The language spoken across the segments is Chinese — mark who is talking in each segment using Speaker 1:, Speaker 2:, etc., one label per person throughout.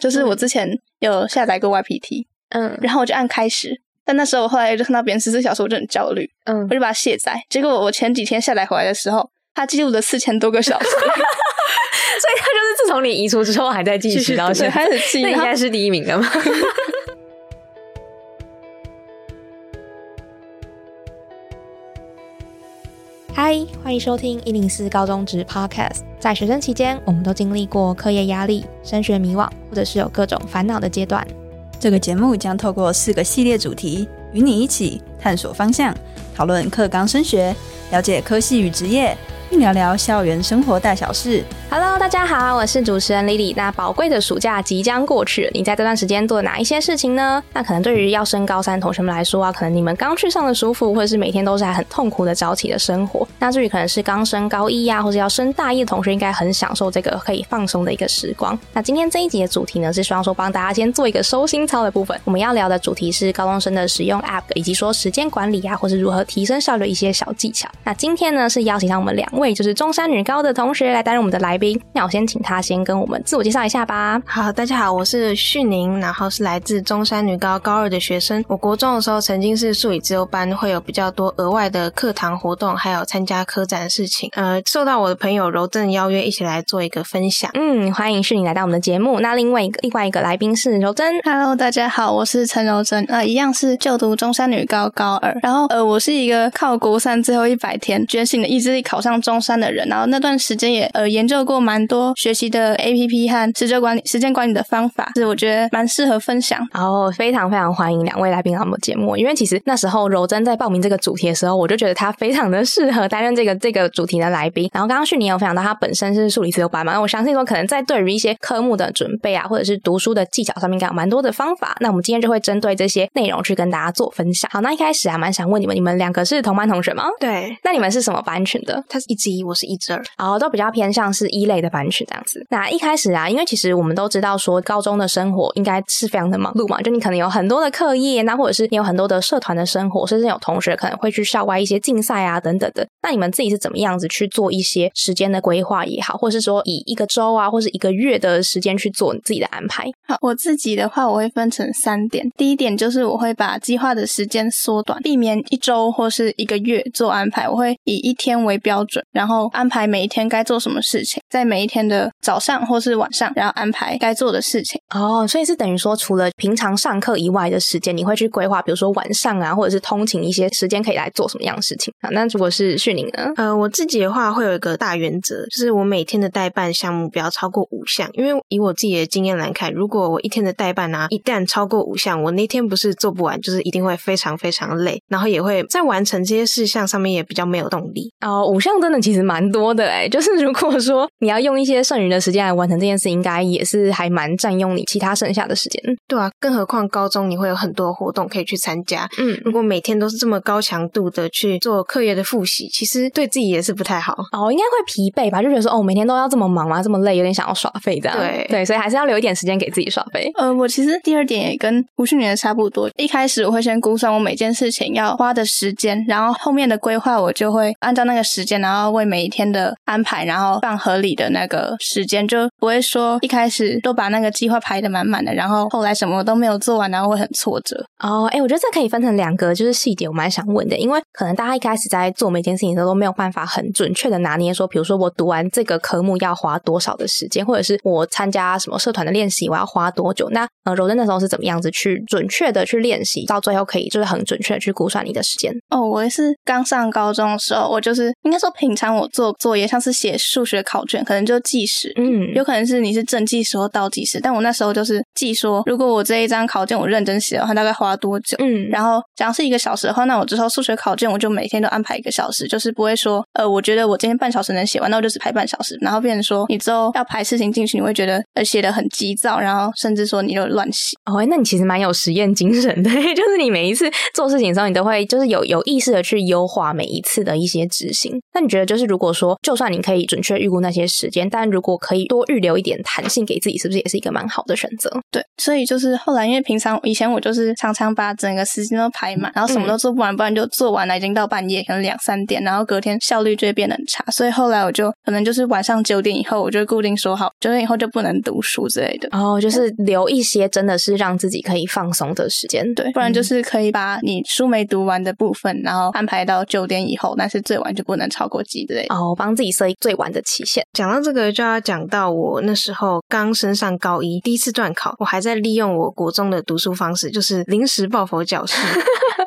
Speaker 1: 就是我之前有下载过 YPT，
Speaker 2: 嗯
Speaker 1: 然后我就按开始，但那时候我后来就看到别人十四小时，我就很焦虑，
Speaker 2: 嗯
Speaker 1: 我，就把它卸载。结果我前几天下载回来的时候，它记录了四千多个小时，
Speaker 2: 所以他就是自从你移除之后还在继续到
Speaker 1: 对
Speaker 2: 现
Speaker 1: 开
Speaker 2: 在，
Speaker 1: 始记，
Speaker 2: 那
Speaker 1: 然
Speaker 2: 应
Speaker 1: 后
Speaker 2: 该是第一名了吗？
Speaker 3: 嗨，欢迎收听一零四高中职 Podcast。在学生期间，我们都经历过课业压力、升学迷惘，或者是有各种烦恼的阶段。
Speaker 4: 这个节目将透过四个系列主题，与你一起探索方向，讨论课纲升学，了解科系与职业，并聊聊校园生活大小事。
Speaker 2: Hello，大家好，我是主持人 Lily。那宝贵的暑假即将过去，你在这段时间做了哪一些事情呢？那可能对于要升高三的同学们来说啊，可能你们刚去上的舒服，或者是每天都是还很痛苦的早起的生活。那至于可能是刚升高一啊呀、或者要升大一的同学，应该很享受这个可以放松的一个时光。那今天这一集的主题呢，是希望说帮大家先做一个收心操的部分。我们要聊的主题是高中生的使用 App，以及说时间管理啊，或是如何提升效率的一些小技巧。那今天呢，是邀请到我们两位就是中山女高的同学来担任我们的来宾。那我先请她先跟我们自我介绍一下吧。
Speaker 5: 好，大家好，我是旭宁，然后是来自中山女高高二的学生。我国中的时候曾经是数理自由班，会有比较多额外的课堂活动，还有参加科展的事情。呃，受到我的朋友柔正邀约，一起来做一个分享。
Speaker 2: 嗯，欢迎是你来到我们的节目。那另外一个另外一个来宾是柔珍，
Speaker 1: Hello，大家好，我是陈柔珍，呃，一样是就读中山女高高二，然后呃，我是一个靠国三最后一百天觉醒的意志力考上中山的人，然后那段时间也呃研究过蛮多学习的 APP 和时间管理时间管理的方法，是我觉得蛮适合分享。
Speaker 2: 然后非常非常欢迎两位来宾来我们节目，因为其实那时候柔珍在报名这个主题的时候，我就觉得她非常的适合担任这个这个主题的来宾。然后刚刚去年有分享到她本身是数理自由班嘛，那我相信说可能在对于一些科目的准备啊，或者是读书的技巧上面，应该有蛮多的方法。那我们今天就会针对这些内容去跟大家做分享。好，那一开始啊，蛮想问你们，你们两个是同班同学吗？
Speaker 5: 对，
Speaker 2: 那你们是什么班群的？
Speaker 5: 他是一之一，我是一之二。
Speaker 2: 然哦后都比较偏向是一类的班群这样子。那一开始啊，因为其实我们都知道说，高中的生活应该是非常的忙碌嘛，就你可能有很多的课业，那或者是你有很多的社团的生活，甚至有同学可能会去校外一些竞赛啊等等的。那你们自己是怎么样子去做一些时间的规划也好，或是说以一个周啊，或是一个月的时间去做你自己的安排？
Speaker 1: 好，我自己的话，我会分成三点。第一点就是我会把计划的时间缩短，避免一周或是一个月做安排。我会以一天为标准，然后安排每一天该做什么事情，在每一天的早上或是晚上，然后安排该做的事情。
Speaker 2: 哦，所以是等于说，除了平常上课以外的时间，你会去规划，比如说晚上啊，或者是通勤一些时间可以来做什么样的事情啊？那如果是训宁呢？
Speaker 5: 呃，我自己的话会有一个大原则，就是我每天的代办项目不要超过五项，因为以我自己的经验来看，如果我一天的代办啊，一旦超过五项，我那天不是做不完，就是一定会非常非常累，然后也会在完成这些事项上面也比较没有动力。
Speaker 2: 哦，五项真的其实蛮多的哎， 就是如果说你要用一些剩余的时间来完成这件事，应该也是还蛮占用你其他剩下的时间。
Speaker 5: 对啊，更何况高中你会有很多活动可以去参加，
Speaker 2: 嗯，
Speaker 5: 如果每天都是这么高强度的去做课业的复习，其实对自己也是不太好。
Speaker 2: 哦，应该会疲惫吧？就觉得说哦，每天都要这么忙嘛，这么累，有点想要耍废这样。
Speaker 5: 对
Speaker 2: 对，所以还是要留一点时间给自己耍废。
Speaker 1: 呃，我其实第二点也跟胡训练的差不多。一开始我会先估算我每件事情要花的时间，然后后面的规划我就会按照那个时间，然后为每一天的安排，然后放合理的那个时间，就不会说一开始都把那个计划排得满满的，然后后来什么都没有做完，然后会很挫折。
Speaker 2: 哦，哎，我觉得这可以分成两个，就是细节，我蛮想问的，因为可能大家一开始在做每件事情的时候都没有办法很准确的拿捏说，比如说我读完这个科目要花多少的时间，或者是我参加什么社团的练习我要花多久。那呃，柔珍那时候是怎么样子去准确的去练习，到最后可以就是很准确的去估算你的时间。
Speaker 1: 哦，我也是刚上高中的时候，我就是应该说平常我做作业，像是写数学考卷，可能就计时，
Speaker 2: 嗯
Speaker 1: 有可能是你是正计时或倒计时，但我那时候就是记说，如果我这一张考卷我认真写的话，大概花多久？
Speaker 2: 嗯，
Speaker 1: 然后，假如是一个小时的话，那我之后数学考卷我就每天都安排一个小时，就是不会说，呃，我觉得我今天半小时能写完，那我就只排半小时，然后变成说你之后要排事情进去，你会觉得呃写的很急躁，然后甚至说你就乱写。
Speaker 2: 哦，诶那你其实蛮有实验精神的， 就是你每一次做事情的时候，你都会就是有有意识的去优化每一次的一些执行。那你觉得，就是如果说，就算你可以准确预估那些时间，但如果可以多预留一点弹性给自己，是不是也是一个蛮好的选择？
Speaker 1: 对，所以就是后来，因为平常以前我就是常常把整个时间都排满，然后什么都做不完，不然就做完了已经到半夜，可能两三点，然后隔天效率就会变得很差。所以后来我就可能就是晚上九点以后，我就会固定说好，九点以后就不能读书之类的。
Speaker 2: 然后哦就是留一些真的是让自己可以放松的时间。
Speaker 1: 对，不然就是可以把你书没读完的部分，然后安排到九点以后，但是最晚就不能超过几之类的。
Speaker 2: 哦，帮自己设一最晚的期限。
Speaker 5: 讲到这个，就要讲到我那时候刚升上高一，第一次段考，我还在利用我国中的读书方式，就是临时抱佛脚 式。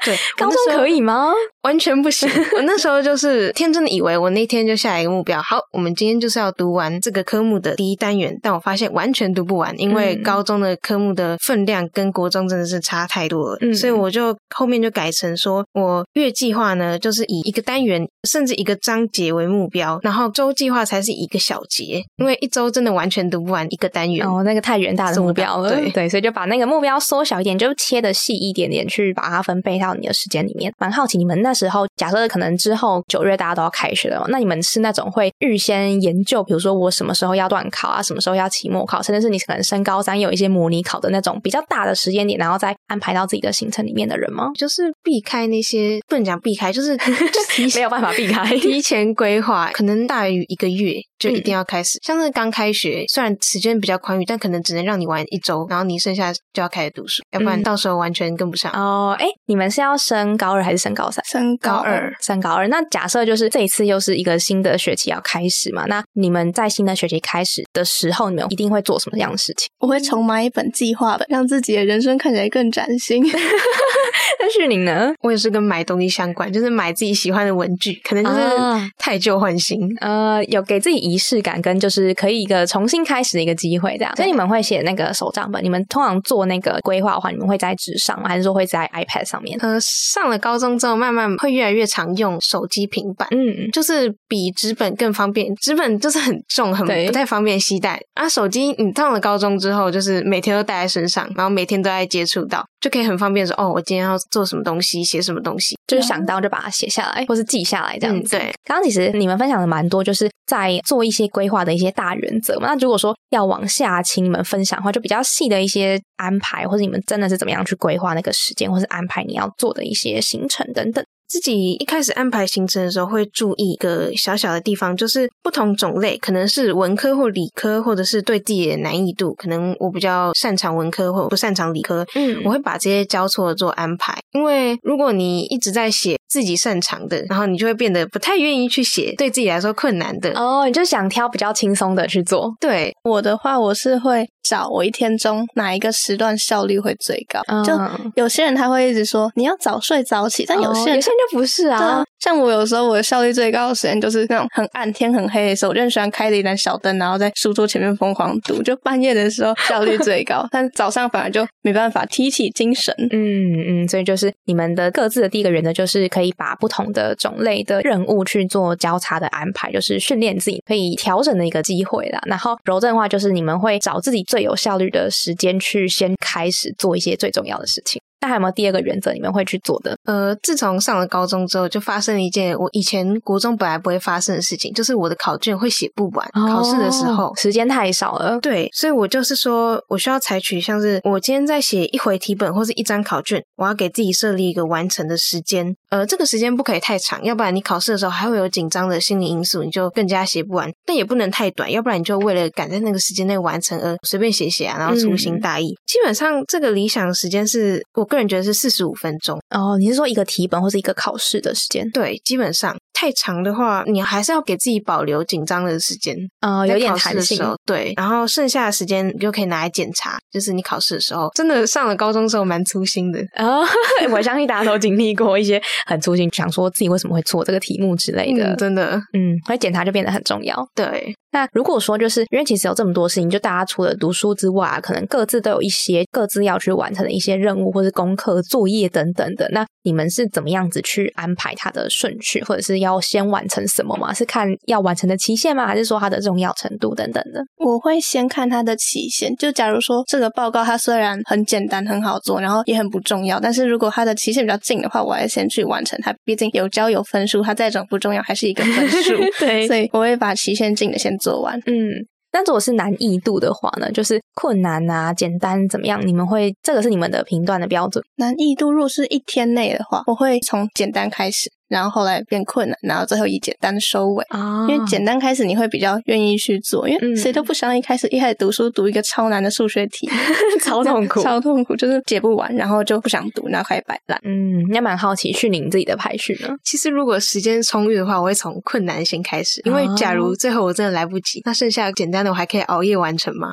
Speaker 5: 对，
Speaker 2: 高中可
Speaker 5: 以。
Speaker 2: 以吗？
Speaker 5: 完全不 行。我那时候就是天真的以为我那天就下一个目标，好，我们今天就是要读完这个科目的第一单元，但我发现完全读不完，因为
Speaker 2: 嗯
Speaker 5: 高中的科目的分量跟国中真的是差太多了，
Speaker 2: 嗯
Speaker 5: 所以我就后面就改成说我月计划呢，就是以一个单元甚至一个章节为目标，然后周计划才是一个小节，因为一周真的完全读不完一个单元。
Speaker 2: 哦，那个太远大的
Speaker 5: 做不
Speaker 2: 目标
Speaker 5: 到
Speaker 2: 了，
Speaker 5: 对
Speaker 2: 所以就把那个目标缩小一点，就切的细一点点，去把它分配到你的时间里面。蛮好奇你们那时候，假设可能之后九月大家都要开学了嘛，那你们是那种会预先研究，比如说我什么时候要段考啊，什么时候要期末考，甚至是你可能升高三有一些模拟考的那种比较大的时间点，然后再安排到自己的行程里面的人吗？
Speaker 5: 就是避开那些不能讲避开，就是 就是
Speaker 2: 没有办法避开
Speaker 5: 提前规划，可能大于一个月就一定要开
Speaker 2: 嗯
Speaker 5: 始。像是刚开学，虽然时间比较宽裕，但可能只能让你玩一周，然后你剩下就要开始读书，要不然
Speaker 2: 嗯
Speaker 5: 到时候完全跟不上。
Speaker 2: 哦，哎，你们是要升高二还是升高三？
Speaker 1: 升高二，
Speaker 2: 升高二。那假设就是这一次又是一个新的学期要开始嘛？那你们在新的学期开始的时候，你们一定会做什么样的事情？
Speaker 1: 我会重买一本计划本，让自己的人生看起来更崭新。
Speaker 2: 但是您呢？
Speaker 5: 我也是跟买东西相关，就是买自己喜欢的文具，可能就是
Speaker 2: 啊
Speaker 5: 太旧换新。
Speaker 2: 呃，有给自己仪式感，跟就是可以一个重新开始的一个机会，这样。所以你们会写那个手账本，你们通常做那个规划的话，你们会在纸上吗？还是说会在 iPad 上面？
Speaker 5: 呃，上了高中之后，慢慢会越来越常用手机、平板。
Speaker 2: 嗯，
Speaker 5: 就是比纸本更方便，纸本就是很重，很
Speaker 2: 对
Speaker 5: 不太方便携带。啊，手机你上了高中之后，就是每天都带在身上，然后每天都在接触到，就可以很方便说，哦，我今天要做什么东西，写什么东西。
Speaker 2: 就是想到就把它写下来，或是记下来这样子。
Speaker 5: 嗯对，
Speaker 2: 刚刚其实你们分享的蛮多，就是在做一些规划的一些大原则嘛。那如果说要往下请你们分享的话，就比较细的一些安排，或者你们真的是怎么样去规划那个时间，或是安排你要做的一些行程等等。
Speaker 5: 自己一开始安排行程的时候，会注意一个小小的地方，就是不同种类，可能是文科或理科，或者是对自己的难易度。可能我比较擅长文科，或不擅长理科，
Speaker 2: 嗯
Speaker 5: 我会把这些交错地做安排。因为如果你一直在写自己擅长的，然后你就会变得不太愿意去写对自己来说困难的。
Speaker 2: 哦，你就想挑比较轻松的去做。
Speaker 5: 对，
Speaker 1: 我的话，我是会找我一天中哪一个时段效率会最高。就
Speaker 2: 嗯
Speaker 1: 有些人他会一直说你要早睡早起，但有些
Speaker 2: 哦
Speaker 1: 人、
Speaker 2: 有些人就不是
Speaker 1: 对
Speaker 2: 啊
Speaker 1: 啊。，像我有时候我的效率最高的时间就是那种很暗天很黑的时候，我就很喜欢开着一盏小灯，然后在书桌前面疯狂读，就半夜的时候效率最高，但早上反而就没办法提起精神。
Speaker 2: 嗯嗯，所以就是你们的各自的第一个原则就是可以把不同的种类的任务去做交叉的安排，就是训练自己可以调整的一个机会啦。然后柔正的话就是你们会找自己最有效率的时间去先开始做一些最重要的事情。那还有没有第二个原则你们会去做的？
Speaker 5: 呃，自从上了高中之后，就发生了一件我以前国中本来不会发生的事情，就是我的考卷会写不完，考试的时候
Speaker 2: 哦。时间太少了。
Speaker 5: 对，所以我就是说，我需要采取像是我今天在写一回题本或是一张考卷，我要给自己设立一个完成的时间。呃，这个时间不可以太长，要不然你考试的时候还会有紧张的心理因素，你就更加写不完。但也不能太短，要不然你就为了赶在那个时间内完成而随便写写啊，然后粗心大意。基本上这个理想时间是我个人觉得是四十五分钟。
Speaker 2: 哦，你是说一个题本或是一个考试的时间？
Speaker 5: 对，基本上太长的话，你还是要给自己保留紧张的时间。
Speaker 2: 呃，有
Speaker 5: 在
Speaker 2: 点
Speaker 5: 考试
Speaker 2: 弹
Speaker 5: 的
Speaker 2: 性
Speaker 5: 时。候，对，然后剩下的时间你就可以拿来检查，就是你考试的时候，真的上了高中之后蛮粗心的。
Speaker 2: 啊、我相信大家都经历过一些很粗心，想说自己为什么会错这个题目之类的。
Speaker 5: 嗯，真的，
Speaker 2: 嗯，所以检查就变得很重要。
Speaker 5: 对，
Speaker 2: 那如果说就是因为其实有这么多事情，就大家除了读书之外、啊，可能各自都有一些各自要去完成的一些任务或是功课、作业等等的。那你们是怎么样子去安排它的顺序，或者是要先完成什么吗？是看要完成的期限吗？还是说它的重要程度等等的？
Speaker 1: 我会先看它的期限，就假如说这个报告它虽然很简单、很好做，然后也很不重要，但是如果它的期限比较近的话，我还是先去完成它。毕竟有交有分数，它再怎么不重要还是一个分数，
Speaker 2: 对
Speaker 1: 所以我会把期限近的先做完。
Speaker 2: 嗯，那如果是难易度的话呢，就是困难啊、简单怎么样，你们会这个是你们的评断的标准。
Speaker 1: 难易度如果是一天内的话，我会从简单开始，然后后来变困难，然后最后以简单收尾。
Speaker 2: 啊
Speaker 1: 因为简单开始你会比较愿意去做，因为
Speaker 2: 嗯
Speaker 1: 谁都不想一开始一开始读书读一个超难的数学 题，
Speaker 2: 超痛 苦
Speaker 1: 超痛苦，就是解不完，然后就不想读，然后开始摆烂。
Speaker 2: 嗯，那蛮好奇训你自己的排序呢。
Speaker 5: 其实如果时间充裕的话，我会从困难先开始，因为
Speaker 2: 哦
Speaker 5: 假如最后我真的来不及，那剩下简单的我还可以熬夜完成吗？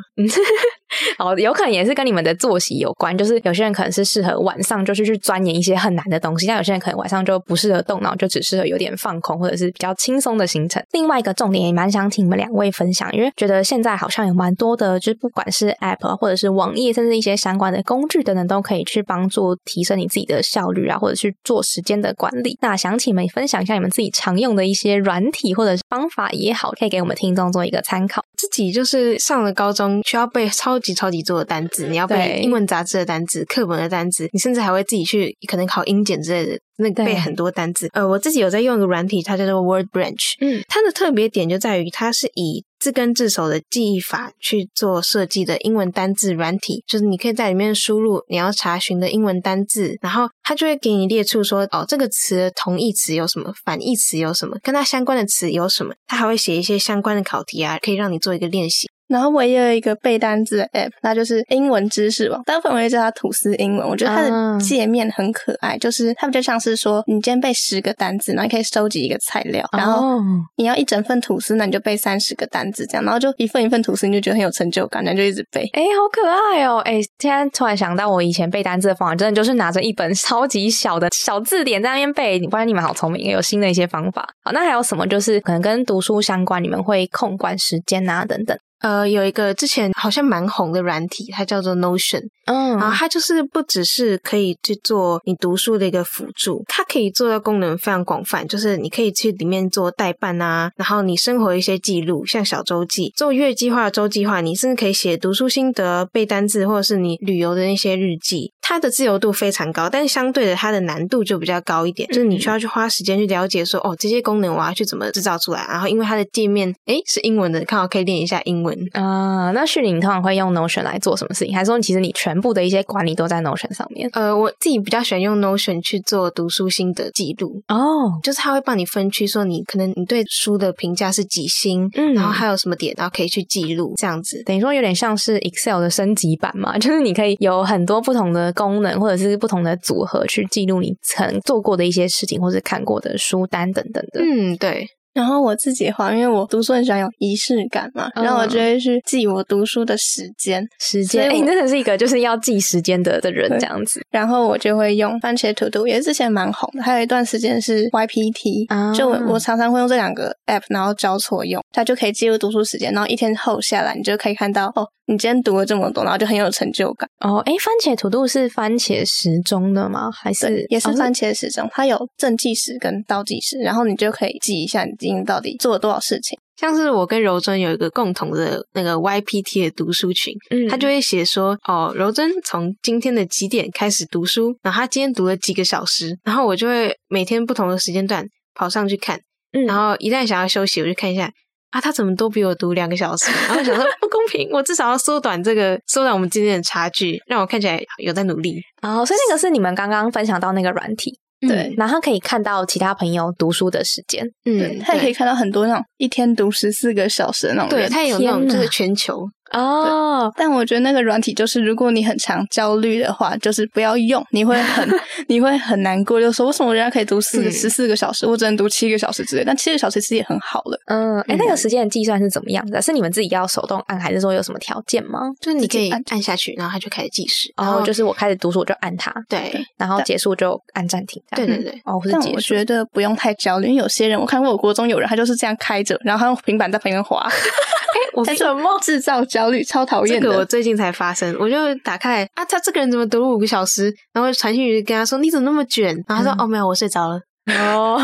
Speaker 2: 哦，有可能也是跟你们的作息有关，就是有些人可能是适合晚上就是去钻研一些很难的东西，但有些人可能晚上就不适合动脑，就只适合有点放空或者是比较轻松的行程。另外一个重点也蛮想请你们两位分享，因为觉得现在好像有蛮多的，就是不管是 App 啊或者是网页，甚至一些相关的工具等等，都可以去帮助提升你自己的效率啊，或者去做时间的管理。那想请你们分享一下你们自己常用的一些软体或者是方法也好，可以给我们听众做一个参考。
Speaker 5: 自己就是上了高中，需要背超级超级多的单词，你要
Speaker 2: 对
Speaker 5: 背英文杂志的单词、课本的单词，你甚至还会自己去可能考英检之类的，那个
Speaker 2: 对
Speaker 5: 背很多单词。呃，我自己有在用一个软体，它叫做 Word Branch，
Speaker 2: 嗯，
Speaker 5: 它的特别点就在于它是以字根字首的记忆法去做设计的英文单字软体，就是你可以在里面输入你要查询的英文单字，然后它就会给你列出说哦这个词的同义词有什么，反义词有什么，跟它相关的词有什么，它还会写一些相关的考题啊，可以让你做一个练习。
Speaker 1: 然后我也有一个背单字的 app，那就是英文知识网，大部分我会叫它吐司英文。我觉得它
Speaker 2: 啊
Speaker 1: 的界面很可爱，就是它比较像是说，你今天背十个单字，然后你可以收集一个材料，然后
Speaker 2: 哦
Speaker 1: 你要一整份吐司，那你就背三十个单字这样，然后就一份一份吐司，你就觉得很有成就感，然后就一直背。
Speaker 2: 哎、好可爱哦、哎、现在突然想到，我以前背单字的方法，真的就是拿着一本超级小的小字典在那边背。你发现你们好聪明，也有新的一些方法。好，那还有什么？就是可能跟读书相关，你们会控管时间啊，等等。
Speaker 5: 呃，有一个之前好像蛮红的软体，它叫做 Notion，
Speaker 2: 嗯
Speaker 5: 然后它就是不只是可以去做你读书的一个辅助，它可以做到功能非常广泛，就是你可以去里面做代办啊，然后你生活一些记录，像小周记、做月计划、周计划，你甚至可以写读书心得、背单字，或者是你旅游的那些日记。它的自由度非常高，但是相对的，它的难度就比较高一点，就是你需要去花时间去了解说，哦，这些功能我要去怎么制造出来。然后，因为它的界面诶是英文的，刚好可以练一下英文。
Speaker 2: 啊、那旭你通常会用 Notion 来做什么事情？还是说其实你全部的一些管理都在 Notion 上面？
Speaker 5: 呃，我自己比较喜欢用 Notion 去做读书心得记录，
Speaker 2: 哦，
Speaker 5: 就是它会帮你分区，说你可能你对书的评价是几星，
Speaker 2: 嗯
Speaker 5: 然后还有什么点，然后可以去记录这样子。
Speaker 2: 等于说有点像是 Excel 的升级版嘛， 就是你可以有很多不同的功能或者是不同的组合去记录你曾做过的一些事情，或者看过的书单等等的。
Speaker 5: 嗯，对，
Speaker 1: 然后我自己的话，因为我读书很喜欢有仪式感嘛，
Speaker 2: 嗯
Speaker 1: 然后我就会去记我读书的时间，
Speaker 2: 时间，
Speaker 1: 所以
Speaker 2: 哎、
Speaker 1: 我
Speaker 2: 你真的是一个就是要记时间的的人
Speaker 1: 对
Speaker 2: 这样子。
Speaker 1: 然后我就会用番茄 To Do，也是之前蛮红的。还有一段时间是 YPT，、
Speaker 2: 啊
Speaker 1: 就我我常常会用这两个 app，然后交错用，它就可以记录读书时间，然后一天后下来，你就可以看到哦，你今天读了这么多，然后就很有成就感。
Speaker 2: 哦，哎、番茄土豆是番茄时钟的吗？还是
Speaker 1: 对，也是
Speaker 2: 哦
Speaker 1: 番茄时钟，它有正计时跟倒计时，然后你就可以记一下你今天到底做了多少事情。
Speaker 5: 像是我跟柔珍有一个共同的那个 YPT 的读书群，
Speaker 2: 嗯
Speaker 5: 他就会写说，哦，柔珍从今天的几点开始读书，然后他今天读了几个小时，然后我就会每天不同的时间段跑上去看，
Speaker 2: 嗯
Speaker 5: 然后一旦想要休息，我就看一下。啊，他怎么都比我读两个小时？然后我想说不公平，我至少要缩短这个缩短我们之间的差距，让我看起来有在努力。
Speaker 2: 哦，所以那个是你们刚刚分享到那个软体，
Speaker 1: 对
Speaker 2: 然后可以看到其他朋友读书的时间。
Speaker 5: 嗯，
Speaker 1: 对，它也可以看到很多那种一天读十四个小时的那种
Speaker 5: 对，
Speaker 1: 人
Speaker 5: 它也有那种
Speaker 2: 天哪
Speaker 5: 就是全球，
Speaker 2: 哦，
Speaker 1: 但我觉得那个软体就是，如果你很常焦虑的话，就是不要用，你会 很你会很难过，就说为什么人家可以读四
Speaker 5: 嗯
Speaker 1: 十四个小时，我只能读七个小时之类，但七个小时其实也很好了。
Speaker 2: 嗯，哎、那个时间的计算是怎么样的？啊是你们自己要手动按，还是说有什么条件吗？
Speaker 5: 就是你可以
Speaker 1: 按
Speaker 5: 按下去，然后它就开始计时，
Speaker 2: 然
Speaker 5: 然后
Speaker 2: 后就是我开始读书我就按它，
Speaker 5: 对嗯
Speaker 2: 然后结束就按暂停。这
Speaker 5: 对
Speaker 2: 样
Speaker 5: 对对，
Speaker 2: 哦，或是
Speaker 1: 但
Speaker 2: 结
Speaker 1: 我
Speaker 2: 束。
Speaker 1: 觉得不用太焦虑，因为有些人我看过，我国中有人他就是这样开着，然后他用平板在旁边 滑，
Speaker 5: 哎我
Speaker 1: 他就制造焦虑，超讨
Speaker 5: 这
Speaker 1: 厌
Speaker 5: 个我
Speaker 1: 的。
Speaker 5: 最近才发生，我就打
Speaker 2: 嗯
Speaker 5: 开来啊，他这个人怎么读了五个小时？然后传讯息跟他说你怎么那么卷？然后他说、哦没有，我睡着了。
Speaker 2: 哦，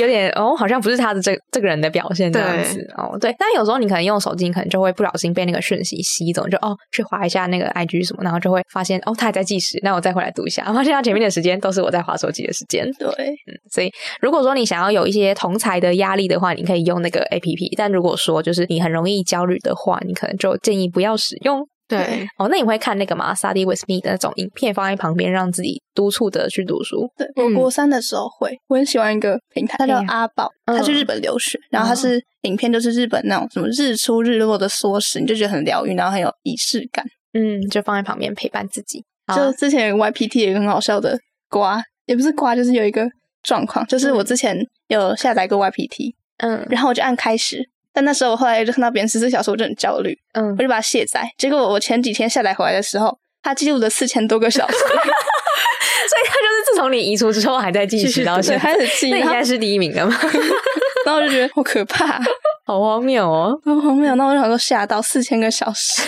Speaker 2: 有点哦，好像不是他的这这个人的表现这样子哦。对，但有时候你可能用手机，你可能就会不小心被那个讯息吸走，你就哦去划一下那个 IG 什么，然后就会发现哦他还在计时，那我再回来读一下， 发现他前面的时间都是我在划手机的时间。
Speaker 1: 对，
Speaker 2: 所以如果说你想要有一些同才的压力的话，你可以用那个 APP。但如果说就是你很容易焦虑的话，你可能就建议不要使用。
Speaker 5: 对，
Speaker 2: 哦，那你会看那个吗？Study with me 的那种影片放在旁边，让自己督促的去读书。
Speaker 1: 对我
Speaker 5: 嗯
Speaker 1: 国三的时候会，我很喜欢一个平台，它叫
Speaker 2: 哎呀
Speaker 1: 阿宝，
Speaker 2: 嗯
Speaker 1: 他去日本留学，然后他是影片就是日本那种什么日出日落的缩时，你就觉得很疗愈，然后很有仪式感。
Speaker 2: 嗯，就放在旁边 陪伴自己。好啊
Speaker 1: 就之前有个 YPT 有一个很好笑的瓜，也不是瓜，就是有一个状况，就是我之前有下载过 YPT，
Speaker 2: 嗯
Speaker 1: 然后我就按开始。但那时候我后来就看到别人十四小时，我就很焦虑，
Speaker 2: 嗯
Speaker 1: 我，就把它卸载。结果我前几天下载回来的时候，它记录了四千多个小时，
Speaker 2: 所以他就是自从你移除之后还在继续，然后
Speaker 1: 对
Speaker 2: 现在
Speaker 1: 开始记，
Speaker 2: 那你
Speaker 1: 然
Speaker 2: 现
Speaker 1: 后
Speaker 2: 在是第一名了 吗？
Speaker 1: 然后我就觉得好可怕，
Speaker 2: 好荒谬哦！
Speaker 1: 然后没有，那我就想说吓到四千个小时，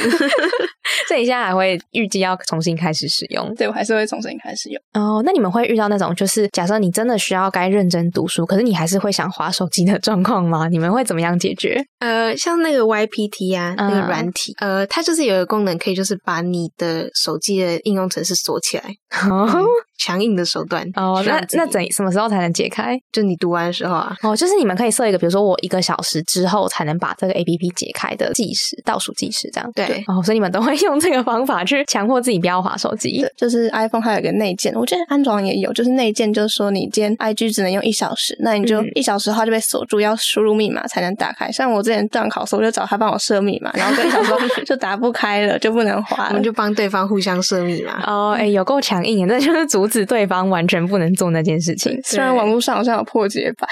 Speaker 2: 所以你现在还会预计要重新开始使用。
Speaker 1: 对我还是会重新开始用。
Speaker 2: 哦，那你们会遇到那种就是假设你真的需要该认真读书，可是你还是会想划手机的状况吗？你们会怎么样解决？
Speaker 5: 呃，像那个 YPT 啊，那个
Speaker 2: 嗯
Speaker 5: 软体，呃，它就是有一个功能，可以就是把你的手机的应用程式锁起来，嗯
Speaker 2: 哦，
Speaker 5: 强硬的手段。
Speaker 2: 哦
Speaker 5: 需要
Speaker 2: 那
Speaker 5: 自己
Speaker 2: 那怎什么时候才能解开？
Speaker 5: 就你读完的时候啊，
Speaker 2: 哦，就是你们可以设一个，比如说我一个小时之后才能把这个 A P P 解开的计时倒数计时这样。
Speaker 5: 对
Speaker 2: 哦，所以你们都会用这个方法去强迫自己不要划手机。
Speaker 1: 对，就是 iPhone 还有一个内建，我觉得安卓也有，就是内建就是说你今天 IG 只能用一小时，那你就
Speaker 2: 嗯
Speaker 1: 一小时的话就被锁住，要输入密码才能打开。像我之前断考的时候，我就找他帮我设密码，然后跟一小时后 就打不开了，就不能滑
Speaker 2: 呃
Speaker 5: 我
Speaker 1: 了
Speaker 5: 们。就帮对方互相设密码。
Speaker 2: 哦，哎、有够强硬，那就是阻止对方完全不能做那件事情
Speaker 1: 对。虽然网络上好像有破解版，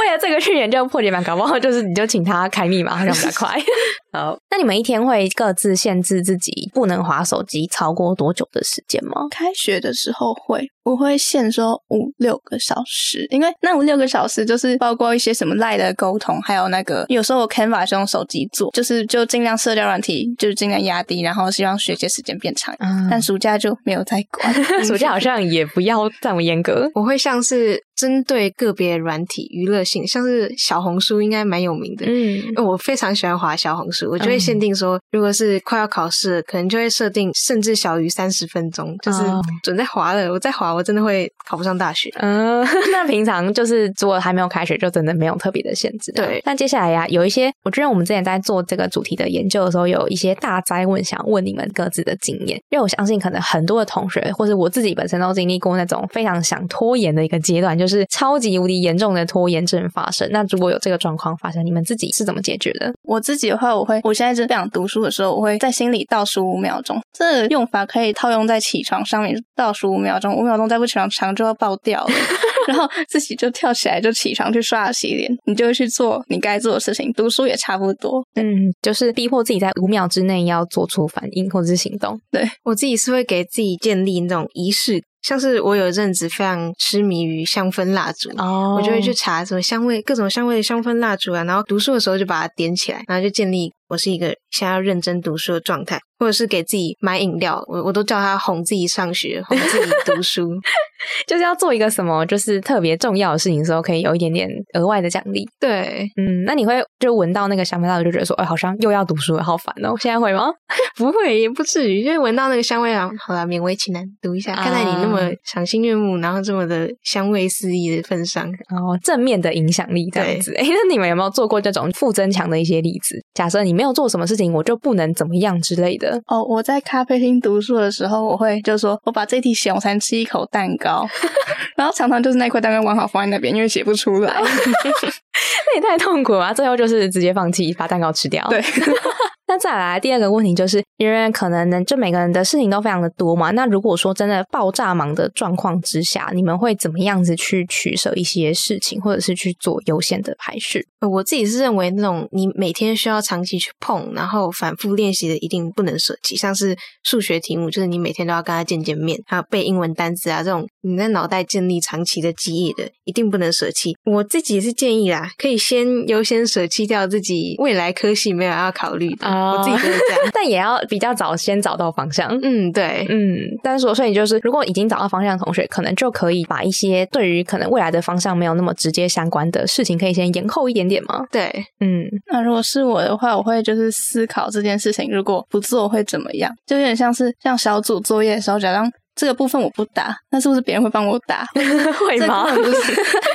Speaker 2: 为了这个去研究破解版，搞不好就是你就请他开密码，让比较 快。好，那你们一天会各自限制自己不能划手机超过多久的时间吗？
Speaker 1: 开学的时候会，我会限说五六个小时，因为那五六个小时就是包括一些什么赖的沟通，还有那个有时候我 Canva 是用手机做，就是就尽量社交软体就是尽量压低，然后希望学习时间变长。
Speaker 2: 啊、
Speaker 1: 但暑假就没有再管，
Speaker 2: 暑假好像也不要这么严格。
Speaker 5: 我会像是针对个别软体娱乐性，像是小红书应该蛮有名的。
Speaker 2: 嗯，
Speaker 5: 我非常喜欢滑小红书，我就会限定说，如果是快要考试了，可能就会设定甚至小于三十分钟，就是
Speaker 2: 哦
Speaker 5: 准再滑了。我再滑，我真的会考不上大学。
Speaker 2: 嗯，那平常就是如果还没有开学，就真的没有特别的限制。
Speaker 5: 对
Speaker 2: 但接下来呀、有一些我觉得我们之前在做这个主题的研究的时候，有一些大灾问，想问你们各自的经验，因为我相信可能很多的同学或者我自己本身都经历过那种非常想拖延的一个阶段，就是超级无敌严重的拖延症发生。那如果有这个状况发生，你们自己是怎么解决的？
Speaker 1: 我自己的话，我会，我现在是不想读书的时候，我会在心里倒数五秒钟。这个用法可以套用在起床上面，倒数五秒钟，五秒钟再不起床，床就要爆掉了。 然后自己就跳起来就起床去刷牙洗脸，你就会去做你该做的事情，读书也差不多。
Speaker 2: 嗯，就是逼迫自己在五秒之内要做出反应或者是行动。
Speaker 5: 我自己是会给自己建立那种仪式感，像是我有一阵子非常痴迷于香氛蜡烛。
Speaker 2: 哦
Speaker 5: 我就会去查什么香味，各种香味的香氛蜡烛啊，然后读书的时候就把它点起来，然后就建立我是一个想要认真读书的状态，或者是给自己买饮料，我我都叫他哄自己上学，哄自己读书。
Speaker 2: 就是要做一个什么，就是特别重要的事情的时候，可以有一点点额外的奖励。
Speaker 5: 对，
Speaker 2: 嗯，那你会就闻到那个香味道，就觉得说，哎，好像又要读书了，好烦哦。现在会吗？
Speaker 5: 不会也不至于，就是闻到那个香味啊，好啦，勉为其难读一下。看在你那么
Speaker 2: 啊
Speaker 5: 赏心悦目，然后这么的香味四溢的份上，
Speaker 2: 哦，正面的影响力这样子。哎，那你们有没有做过这种负增强的一些例子？假设你没有做什么事情，我就不能怎么样之类的。
Speaker 1: 哦，我在咖啡厅读书的时候，我会就说，我把这题写完，我才能吃一口蛋糕。 然后常常就是那块蛋糕完好放在那边，因为写不出来。
Speaker 2: 那也太痛苦了吧，最后就是直接放弃，把蛋糕吃掉。
Speaker 1: 对。
Speaker 2: 那再来第二个问题，就是因为可能呢，就每个人的事情都非常的多嘛。那如果说真的爆炸忙的状况之下，你们会怎么样子去取舍一些事情，或者是去做优先的排序？
Speaker 5: 呃我自己是认为那种你每天需要长期去碰，然后反复练习的，一定不能舍弃。像是数学题目，就是你每天都要跟他见见面，还有背英文单词啊，这种你在脑袋建立长期的记忆的，一定不能舍弃。我自己是建议啦，可以先优先舍弃掉自己未来科系没有要考虑的。
Speaker 2: 哦
Speaker 5: 我自己就是这样。
Speaker 2: 但也要比较早先找到方向。
Speaker 5: 嗯，对，
Speaker 2: 嗯，但是我所以就是，如果已经找到方向的同学，可能就可以把一些对于可能未来的方向没有那么直接相关的事情，可以先延后一点点嘛。
Speaker 5: 对，
Speaker 2: 嗯，
Speaker 1: 那如果是我的话，我会就是思考这件事情，如果不做会怎么样，就有点像是像小组作业的时候，假装这个部分我不答，那是不是别人会帮我答？
Speaker 2: 会
Speaker 1: 这
Speaker 2: 吗
Speaker 1: 根？本不是，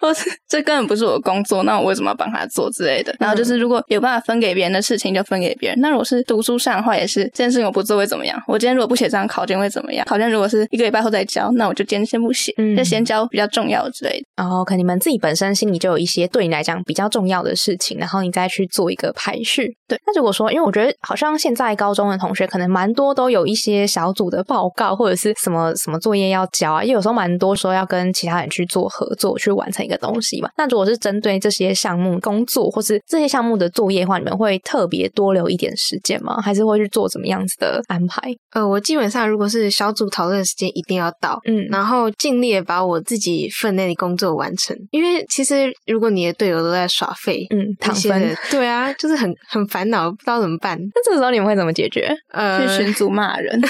Speaker 1: 或是这根本不是我的工作，那我为什么要帮他做之类的？然后
Speaker 2: 嗯
Speaker 1: 就是如果有办法分给别人的事情，就分给别人。那如果是读书上的话，也是这件事情我不做会怎么样？我今天如果不写这张考卷会怎么样？考卷如果是一个礼拜后再交，那我就今天先不写，
Speaker 2: 嗯
Speaker 1: 就先交比较重要之类的。
Speaker 2: 然后可能你们自己本身心里就有一些对你来讲比较重要的事情，然后你再去做一个排序。
Speaker 1: 对，
Speaker 2: 那如果说，因为我觉得好像现在高中的同学可能蛮多都有一些小组的报告或者是什么什么作业要交啊，也有时候蛮多说要跟其他人去做合作去完成一个东西嘛。那如果是针对这些项目工作或是这些项目的作业的话，你们会特别多留一点时间吗？还是会去做怎么样子的安排？
Speaker 5: 呃，我基本上如果是小组讨论的时间一定要到，
Speaker 2: 嗯，
Speaker 5: 然后尽力地把我自己分内的工作完成。因为其实如果你的队友都在耍废，
Speaker 2: 嗯，躺
Speaker 5: 那些
Speaker 2: 分
Speaker 5: 人。对啊，就是很很烦恼，不知道怎么办。
Speaker 2: 那这个时候你们会怎么解决？
Speaker 5: 呃
Speaker 2: 嗯
Speaker 1: 去，群组骂人，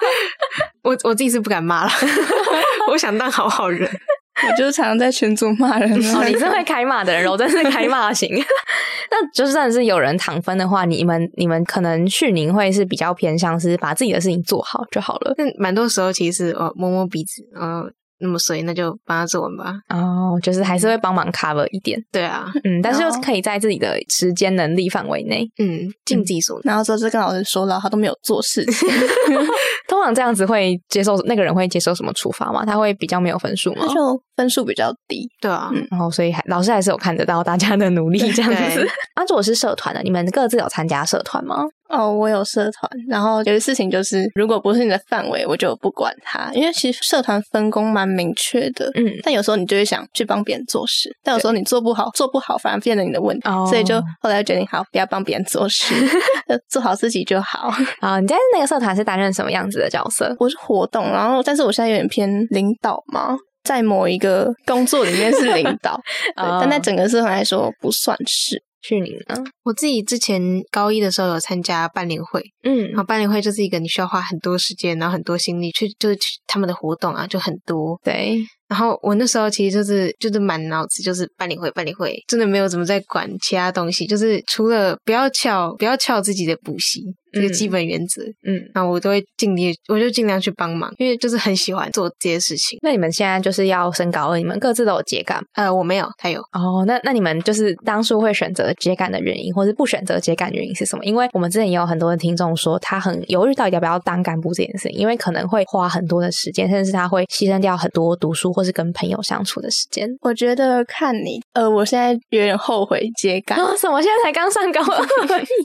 Speaker 5: 我我自己是不 敢骂了，我想当好好人。
Speaker 1: 我就是常常在群组骂人啊。
Speaker 2: 哦，你是会开骂的人，我真是开骂型。 那就是真的是有人躺分的话，你们你们可能去宁会是比较偏向是把自己的事情做好就好了。
Speaker 5: 但蛮多时候其实哦，摸摸鼻子，然后那么所以那就帮他做完吧。
Speaker 2: 哦，就是还是会帮忙 cover 一点，
Speaker 5: 对 啊，
Speaker 2: 嗯，但是又
Speaker 1: 哦
Speaker 2: 可以在自己的时间能力范围内。
Speaker 5: 嗯，尽自己所能。
Speaker 1: 然后之后就跟老师说了，他都没有做事情，
Speaker 2: 通常这样子会接受那个人会接受什么处罚吗？他会比较没有分数吗
Speaker 1: 他？就分数比较低。
Speaker 5: 对啊，
Speaker 1: 嗯
Speaker 2: 然后，所以还老师还是有看得到大家的努力这样子
Speaker 5: 对。
Speaker 2: 啊，如果 是社团的，你们各自有参加社团吗？
Speaker 1: 哦，我有社团，然后有些事情就是，如果不是你的范围，我就不管它，因为其实社团分工蛮明确的。
Speaker 2: 嗯，
Speaker 1: 但有时候你就会想去帮别人做事，但有时候你做不好，做不好反而变成你的问题，
Speaker 2: 哦
Speaker 1: 所以就后来就决定好不要帮别人做 事，就做好自己就好。
Speaker 2: 啊，你在那个社团是担任什么样子的角色？
Speaker 1: 我是活动，然后但是我现在有点偏领导嘛，在某一个工作里面是领 导，对
Speaker 2: 哦
Speaker 1: 但在整个社团来说不算是。
Speaker 2: 去宁呢？
Speaker 5: 我自己之前高一的时候有参加班联会，
Speaker 2: 嗯
Speaker 5: 然后班联会就是一个你需要花很多时间，然后很多心力去，就是去他们的活动啊，就很多。
Speaker 2: 对，
Speaker 5: 然后我那时候其实就是就是满脑子就是班联会班联会，真的没有怎么在管其他东西，就是除了不要翘不要翘自己的补习这个
Speaker 2: 嗯
Speaker 5: 基本原则，
Speaker 2: 嗯，
Speaker 5: 然后我都会尽力，我就尽量去帮忙，因为就是很喜欢做这些事情。
Speaker 2: 那你们现在就是要升高二，你们各自都有结感
Speaker 5: 呃，我没有，他有。
Speaker 2: 哦。那那你们就是当初会选择结感的原因，或是不选择结感的原因是什么？ 因为我们之前也有很多的听众说，他很犹豫到底要不要当干部这件事情，因为可能会花很多的时间，甚至他会牺牲掉很多读书或是跟朋友相处的时间。
Speaker 1: 我觉得看你，呃，我现在有点后悔接感，
Speaker 2: 啊、什么？现在才刚上高二，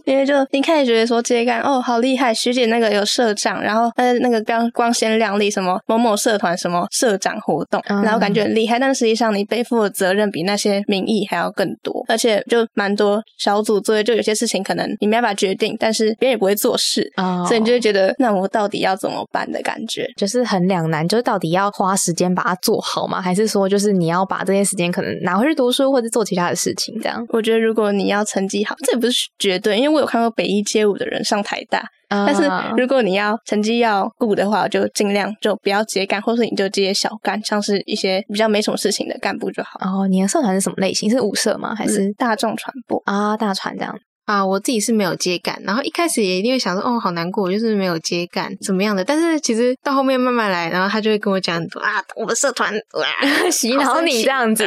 Speaker 1: 因为就一开始觉得说接干哦好厉害，学姐那个有社长，然后呃那个光光鲜亮丽，什么某某社团什么社长活动，
Speaker 2: 嗯
Speaker 1: 然后感觉很厉害，但实际上你背负的责任比那些名义还要更多，而且就蛮多小组作业，就有些事情可能你没办法决定，但是别人也不会做事，
Speaker 2: 哦
Speaker 1: 所以你就会觉得那我到底要怎么办的感觉。
Speaker 2: 就是很两难，就是到底要花时间把它做好吗？还是说就是你要把这些时间可能拿回去读书，或者做其他的事情这样？
Speaker 1: 我觉得如果你要成绩好，这也不是绝对，因为我有看过北一街舞的人上台大，但是
Speaker 2: 啊
Speaker 1: 如果你要成绩要顾的话，我就尽量就不要接干，或是你就接小干，像是一些比较没什么事情的干部就好。
Speaker 2: 哦，你的社团是什么类型？是舞社吗？还是、
Speaker 1: 大众传播，
Speaker 2: 啊大船这样？
Speaker 5: 啊，我自己是没有接感，然后一开始也一定会想说，哦，好难过，我就是没有接感，怎么样的？但是其实到后面慢慢来，然后他就会跟我讲很多啊，我们社团 啊
Speaker 2: 洗脑你这样子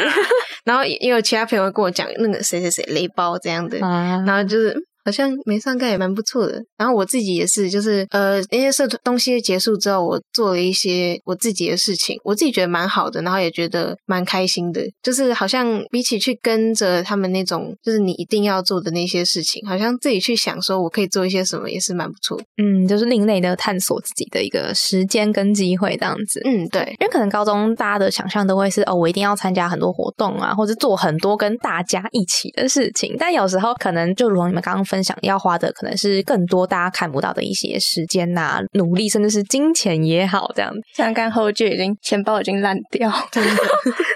Speaker 5: 然后也也有其他朋友跟我讲那个谁谁谁雷包这样的，
Speaker 2: 啊
Speaker 5: 然后就是嗯好像没上课也蛮不错的。然后我自己也是，就是呃，那些社团东西结束之后，我做了一些我自己的事情，我自己觉得蛮好的，然后也觉得蛮开心的。就是好像比起去跟着他们那种，就是你一定要做的那些事情，好像自己去想说我可以做一些什么，也是蛮不错的。
Speaker 2: 嗯，就是另类的探索自己的一个时间跟机会这样子。
Speaker 5: 嗯，对。
Speaker 2: 因为可能高中大家的想象都会是哦，我一定要参加很多活动啊，或者做很多跟大家一起的事情。但有时候可能就如同你们刚刚分享要花的可能是更多大家看不到的一些时间呐、努力，甚至是金钱也好，这样
Speaker 1: 想干后就已经钱包已经烂掉，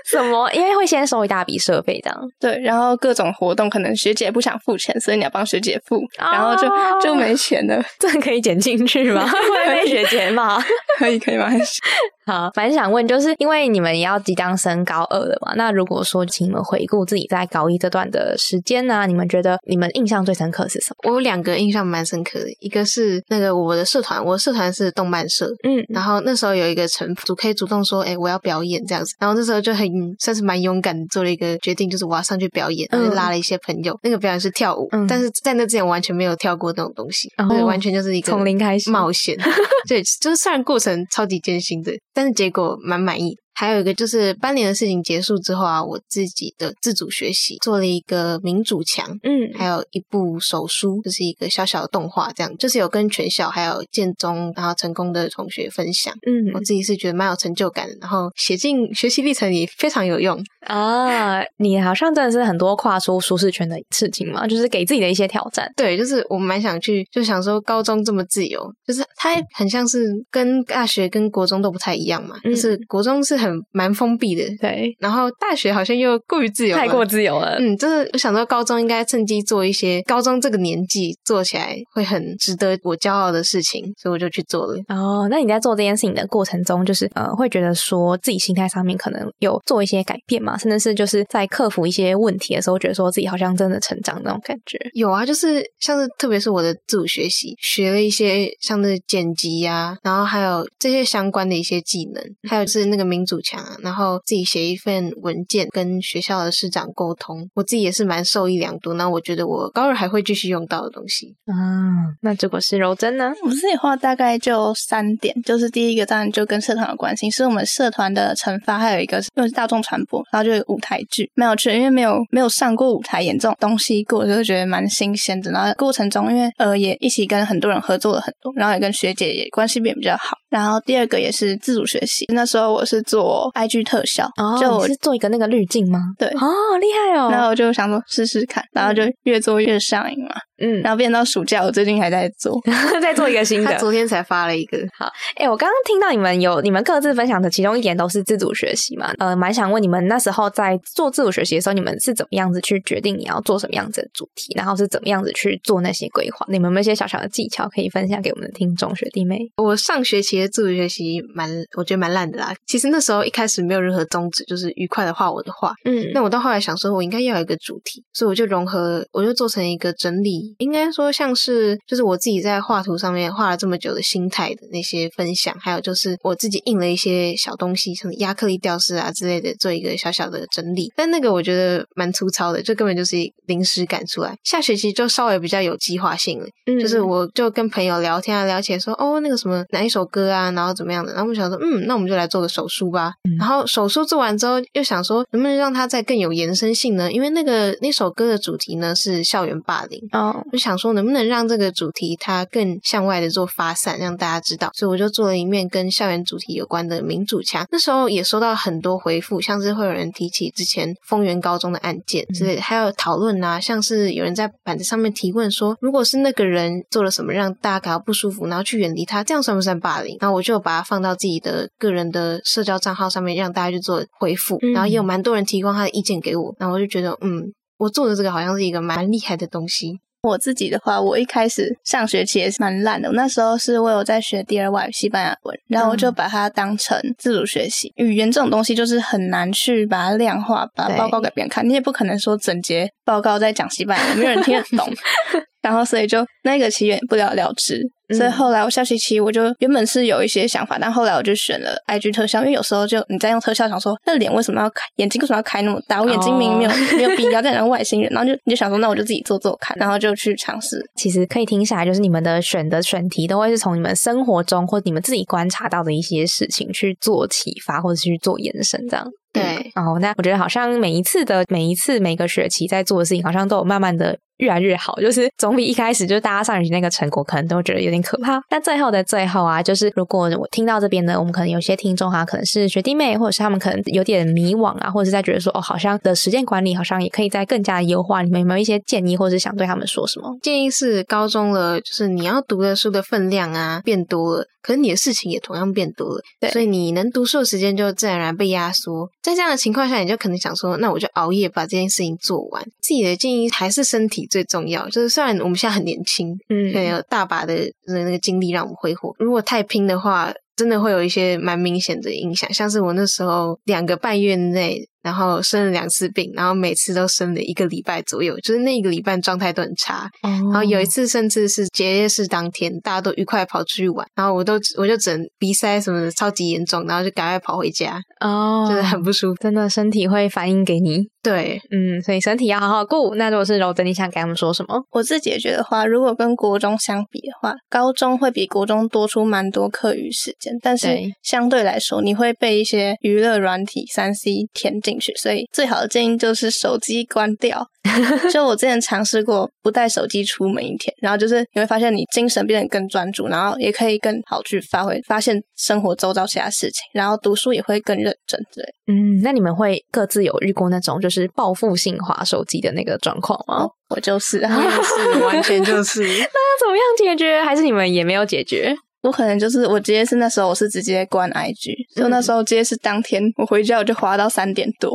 Speaker 2: 什么，因为会先收一大笔设备这样。
Speaker 1: 对，然后各种活动可能学姐不想付钱，所以你要帮学姐付，然后就
Speaker 2: 哦
Speaker 1: 就没钱了，
Speaker 2: 这可以剪进去吗？ 会被学姐骂。
Speaker 1: 可以可以吗？
Speaker 2: 好，反正想问，就是因为你们也要即将升高二了嘛，那如果说请你们回顾自己在高一这段的时间呢、啊你们觉得你们印象最深刻是什么？
Speaker 5: 我有两个印象蛮深刻的，一个是那个我的社团，我的社团是动漫社，
Speaker 2: 嗯
Speaker 5: 然后那时候有一个城主可以主动说，哎、我要表演这样子，然后那时候就很算是蛮勇敢，做了一个决定，就是我要上去表演，然后就
Speaker 2: 嗯
Speaker 5: 拉了一些朋友，那个表演是跳舞，
Speaker 2: 嗯
Speaker 5: 但是在那之前完全没有跳过那种东西，
Speaker 2: 哦
Speaker 5: 对，完全就是一个
Speaker 2: 从零开始
Speaker 5: 冒险，对， 就是虽然过程超级艰辛的，但是结果蛮满意。还有一个就是班联的事情结束之后啊，我自己的自主学习做了一个民主墙，
Speaker 2: 嗯
Speaker 5: 还有一部手书，就是一个小小的动画，这样就是有跟全校还有建中然后成功的同学分享。我
Speaker 2: 嗯
Speaker 5: 自己是觉得蛮有成就感的，然后写进学习历程也非常有用。
Speaker 2: 啊，你好像真的是很多跨出舒适圈的事情嘛，就是给自己的一些挑战。
Speaker 5: 对，就是我蛮想去，就想说高中这么自由，就是它很像是跟大学跟国中都不太一样嘛，
Speaker 2: 嗯
Speaker 5: 就是国中是很蛮封闭的，
Speaker 2: 对，
Speaker 5: 然后大学好像又过于自由了，
Speaker 2: 太过自由了。
Speaker 5: 嗯，就是我想说，高中应该趁机做一些高中这个年纪做起来会很值得我骄傲的事情，所以我就去做了。
Speaker 2: 哦，那你在做这件事情的过程中，就是呃，会觉得说自己心态上面可能有做一些改变嘛，甚至是就是在克服一些问题的时候，觉得说自己好像真的成长那种感觉。
Speaker 5: 有啊，就是像是特别是我的自主学习，学了一些像是剪辑呀、然后还有这些相关的一些技能，还有就是那个民主墙啊，然后自己写一份文件跟学校的师长沟通，我自己也是蛮受益良多。那我觉得我高二还会继续用到的东西，
Speaker 2: 啊，那如果是柔珍呢？
Speaker 1: 我自己画大概就三点，就是第一个当然就跟社团有关系，是我们社团的惩罚，还有一个是又是大众传播，然后就有舞台剧，没有去，因为没有没有上过舞台演这种东西过，就会觉得蛮新鲜的。然后过程中，因为呃也一起跟很多人合作了很多，然后也跟学姐也关系变比较好。然后第二个也是自主学习，那时候我是做 IG 特效，
Speaker 2: 哦，
Speaker 1: 就我
Speaker 2: 你是做一个那个滤镜吗？
Speaker 1: 对
Speaker 2: 哦，厉害
Speaker 1: 然
Speaker 2: 哦。
Speaker 1: 后我就想说试试看，然后就越做越上瘾嘛。
Speaker 2: 嗯，
Speaker 1: 然后变到暑假，我最近还在做。
Speaker 2: 再做一个新的。
Speaker 5: 他昨天才发了一个。
Speaker 2: 哎、我刚刚听到你们有你们各自分享的其中一点都是自主学习嘛，呃，蛮想问你们那时候在做自主学习的时候，你们是怎么样子去决定你要做什么样子的主题，然后是怎么样子去做那些规划？你们有没有一些小小的技巧可以分享给我们的听众学弟妹？
Speaker 5: 我上学期的自主学习蛮，我觉得蛮烂的啦。其实那时候一开始没有任何宗旨，就是愉快的画我的画，
Speaker 2: 嗯
Speaker 5: 那我到后来想说，我应该要有一个主题，所以我就融合，我就做成一个整理，应该说像是就是我自己在画图上面画了这么久的心态的那些分享，还有就是我自己印了一些小东西，像亚克力吊饰啊之类的，做一个小小的整理。但那个我觉得蛮粗糙的，就根本就是临时赶出来。下学期就稍微比较有计划性了，
Speaker 2: 嗯
Speaker 5: 就是我就跟朋友聊天啊，聊起来说哦，那个什么哪一首歌啊，然后怎么样的，然后我们想说，嗯，那我们就来做个手术吧。然后手术做完之后，又想说能不能让它再更有延伸性呢？因为那个那首歌的主题呢是校园霸凌。
Speaker 2: 哦，
Speaker 5: 我就想说，能不能让这个主题它更向外的做发散，让大家知道。所以我就做了一面跟校园主题有关的民主墙。那时候也收到很多回复，像是会有人提起之前丰原高中的案件之类的，还有讨论啊，像是有人在板子上面提问说，如果是那个人做了什么让大家感到不舒服，然后去远离他，这样算不算霸凌？然后我就把它放到自己的个人的社交账号上面，让大家去做回复。
Speaker 2: 嗯
Speaker 5: 然后也有蛮多人提供他的意见给我，然后我就觉得，嗯。我做的这个好像是一个蛮厉害的东西，
Speaker 1: 我自己的话，我一开始上学期也是蛮烂的。我那时候是我有在学第二外语西班牙文，然后我就把它当成自主学习。语言这种东西就是很难去把它量化，把它
Speaker 5: 对
Speaker 1: 报告给别人看。你也不可能说整节报告在讲西班牙文，没有人听得懂。然后所以就那个期也不了了之。所以后来我下学期我就原本是有一些想法，但后来我就选了 IG 特效，因为有时候就你在用特效，想说那脸为什么要开，眼睛为什么要开那么大？我眼睛明明没有、没有必要，但然后外星人，然后就你就想说那我就自己做做看，然后就去尝试。
Speaker 2: 其实可以听下来，就是你们的选的选题都会是从你们生活中或你们自己观察到的一些事情去做启发，或者是去做延伸这样。
Speaker 5: 对，
Speaker 2: 哦，那我觉得好像每一次的每一次每个学期在做的事情，好像都有慢慢的越来越好，就是总比一开始就是大家上学期那个成果可能都觉得有点可怕。但最后的最后啊，就是如果我听到这边呢，我们可能有些听众啊，可能是学弟妹，或者是他们可能有点迷惘啊，或者是在觉得说哦，好像的时间管理好像也可以再更加的优化。你们有没有一些建议，或者是想对他们说什么？
Speaker 5: 建议是高中了，就是你要读的书的分量啊变多了，可是你的事情也同样变多了，
Speaker 2: 对
Speaker 5: 所以你能读书的时间就自然而然被压缩。在这样的情况下，你就可能想说，那我就熬夜把这件事情做完。自己的建议还是身体最重要，就是虽然我们现在很年轻，
Speaker 2: 嗯
Speaker 5: 对，有大把的那个精力让我们挥霍。如果太拼的话，真的会有一些蛮明显的影响。像是我那时候两个半月内，然后生了两次病，然后每次都生了一个礼拜左右，就是那一个礼拜状态都很差。然
Speaker 2: 然
Speaker 5: 后有一次甚至是结业式当天，大家都愉快跑出去玩，然后我都我就只能鼻塞什么的超级严重，然后就赶快跑回家，
Speaker 2: 哦，
Speaker 5: 真的很不舒服。
Speaker 2: 真的身体会反应给你，
Speaker 5: 对，
Speaker 2: 嗯，所以身体要好好顾。那如果是柔珍，你想给他们说什么？
Speaker 1: 我自己也觉得话，如果跟国中相比的话，高中会比国中多出蛮多课余时间，但是
Speaker 2: 对
Speaker 1: 相对来说，你会被一些娱乐软体、三 C 填进去，所以最好的建议就是手机关 掉。就我之前尝试过不带手机出门一天，然后就是你会发现你精神变得更专注，然后也可以更好去发挥，发现生活周遭其他事情，然后读书也会更认真之类的。
Speaker 2: 嗯，那你们会各自有遇过那种就是报复性划手机的那个状况吗？
Speaker 1: 我就是啊，
Speaker 5: 是完全就是。
Speaker 2: 那怎么样解决？还是你们也没有解决？
Speaker 1: 我可能就是我直接是那时候我是直接关 IG，就那时候直接是当天我回家我就滑到三点多，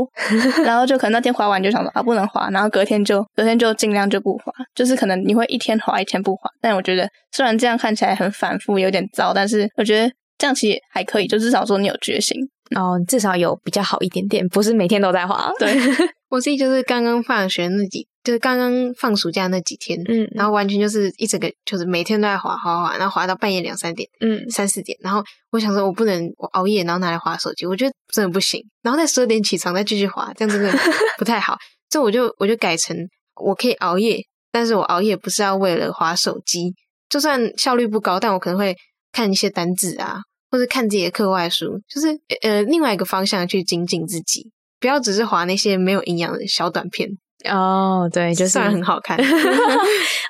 Speaker 1: 然后就可能那天滑完就想说啊不能滑，然后隔天就隔天就尽量就不滑，就是可能你会一天滑一天不滑，但我觉得虽然这样看起来很反复有点糟，但是我觉得这样其实还可以，就至少说你有决心，
Speaker 2: 哦，至少有比较好一点点，不是每天都在滑。
Speaker 1: 对，
Speaker 5: 我自己就是刚刚放学那几，就是刚刚放暑假那几天，
Speaker 2: 嗯，
Speaker 5: 然后完全就是一整个就是每天都在滑滑滑，然后滑到半夜两三点、
Speaker 2: 嗯，
Speaker 5: 三四点，然后我想说我不能我熬夜然后拿来滑手机，我觉得真的不行。然后在十二点起床再继续滑，这 样真的不太好。这我就我就改成我可以熬夜，但是我熬夜不是要为了滑手机，就算效率不高，但我可能会看一些单字啊，或者看自己的课外书，就是呃另外一个方向去精进自己。不要只是滑那些没有营养的小短片，
Speaker 2: 哦，对，就是
Speaker 5: 虽然很好看，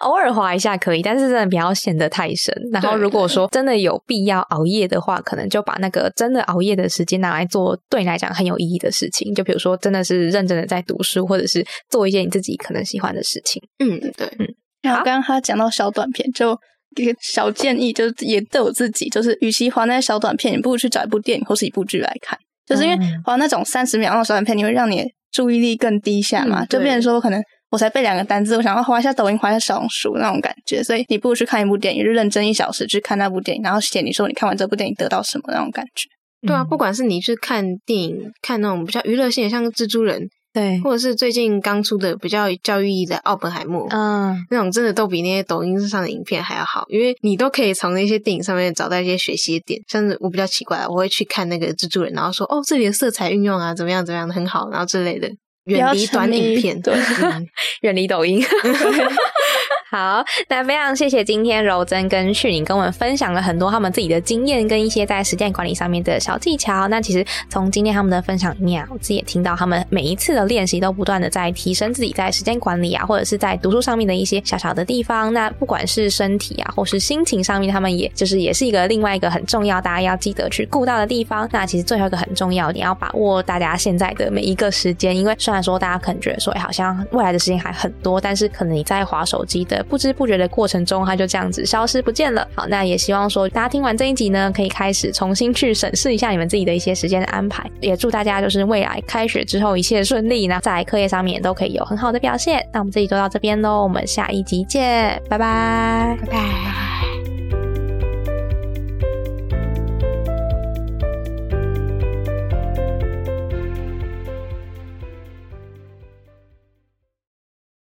Speaker 2: 偶尔滑一下可以，但是真的不要陷得太深。然后
Speaker 5: 对
Speaker 2: 如果说真的有必要熬夜的话，可能就把那个真的熬夜的时间拿来做对你来讲很有意义的事情，就比如说真的是认真的在读书，或者是做一些你自己可能喜欢的事情。
Speaker 5: 嗯，对。
Speaker 1: 然后刚刚他讲到小短片，就一个小建议，就是也对我自己，就是与其划那些小短片，你不如去找一部电影或是一部剧来看，就是因为
Speaker 2: 嗯
Speaker 1: 划那种三十秒那种小短片，你会让你的注意力更低下嘛，
Speaker 5: 嗯
Speaker 1: 就
Speaker 5: 对
Speaker 1: 变成说我可能。我才背两个单字，我想要划一下抖音，划一下小红书那种感觉，所以你不如去看一部电影，就认真一小时去看那部电影，然后写你说你看完这部电影得到什么那种感觉。
Speaker 5: 对啊，
Speaker 2: 嗯
Speaker 5: 不管是你去看电影，看那种比较娱乐性的，像蜘蛛人，
Speaker 2: 对，
Speaker 5: 或者是最近刚出的比较有教育意义的《奥本海默》
Speaker 2: 嗯，
Speaker 5: 那种真的都比那些抖音上的影片还要好，因为你都可以从那些电影上面找到一些学习的点。像是我比较奇怪，我会去看那个蜘蛛人，然后说哦，这里的色彩运用啊，怎么样怎么样的很好，然后之类的。远
Speaker 1: 要
Speaker 5: 离
Speaker 1: 沉
Speaker 5: 短
Speaker 1: 迷
Speaker 5: 影片，
Speaker 1: 对
Speaker 5: 嗯
Speaker 2: 远离抖 音。 好，那非常谢谢今天柔珍跟旭宁跟我们分享了很多他们自己的经验跟一些在实践管理上面的小技巧。那其实从今天他们的分享里面啊，我自己也听到他们每一次的练习都不断的在提升自己在时间管理啊，或者是在读书上面的一些小小的地方。那不管是身体啊，或是心情上面，他们也就是也是一个另外一个很重要，大家要记得去顾到的地方。那其实最后一个很重要，你要把握大家现在的每一个时间，因为虽然说大家可能觉得说，哎、好像未来的时间还很多，但是可能你在划手机的不知不觉的过程中，它就这样子消失不见了。好，那也希望说大家听完这一集呢，可以开始重新去审视一下你们自己的一些时间的安排，也祝大家就是未来开学之后一切顺利，那在课业上面也都可以有很好的表现。那我们这集就到这边喽，我们下一集见，拜拜。
Speaker 5: 拜拜。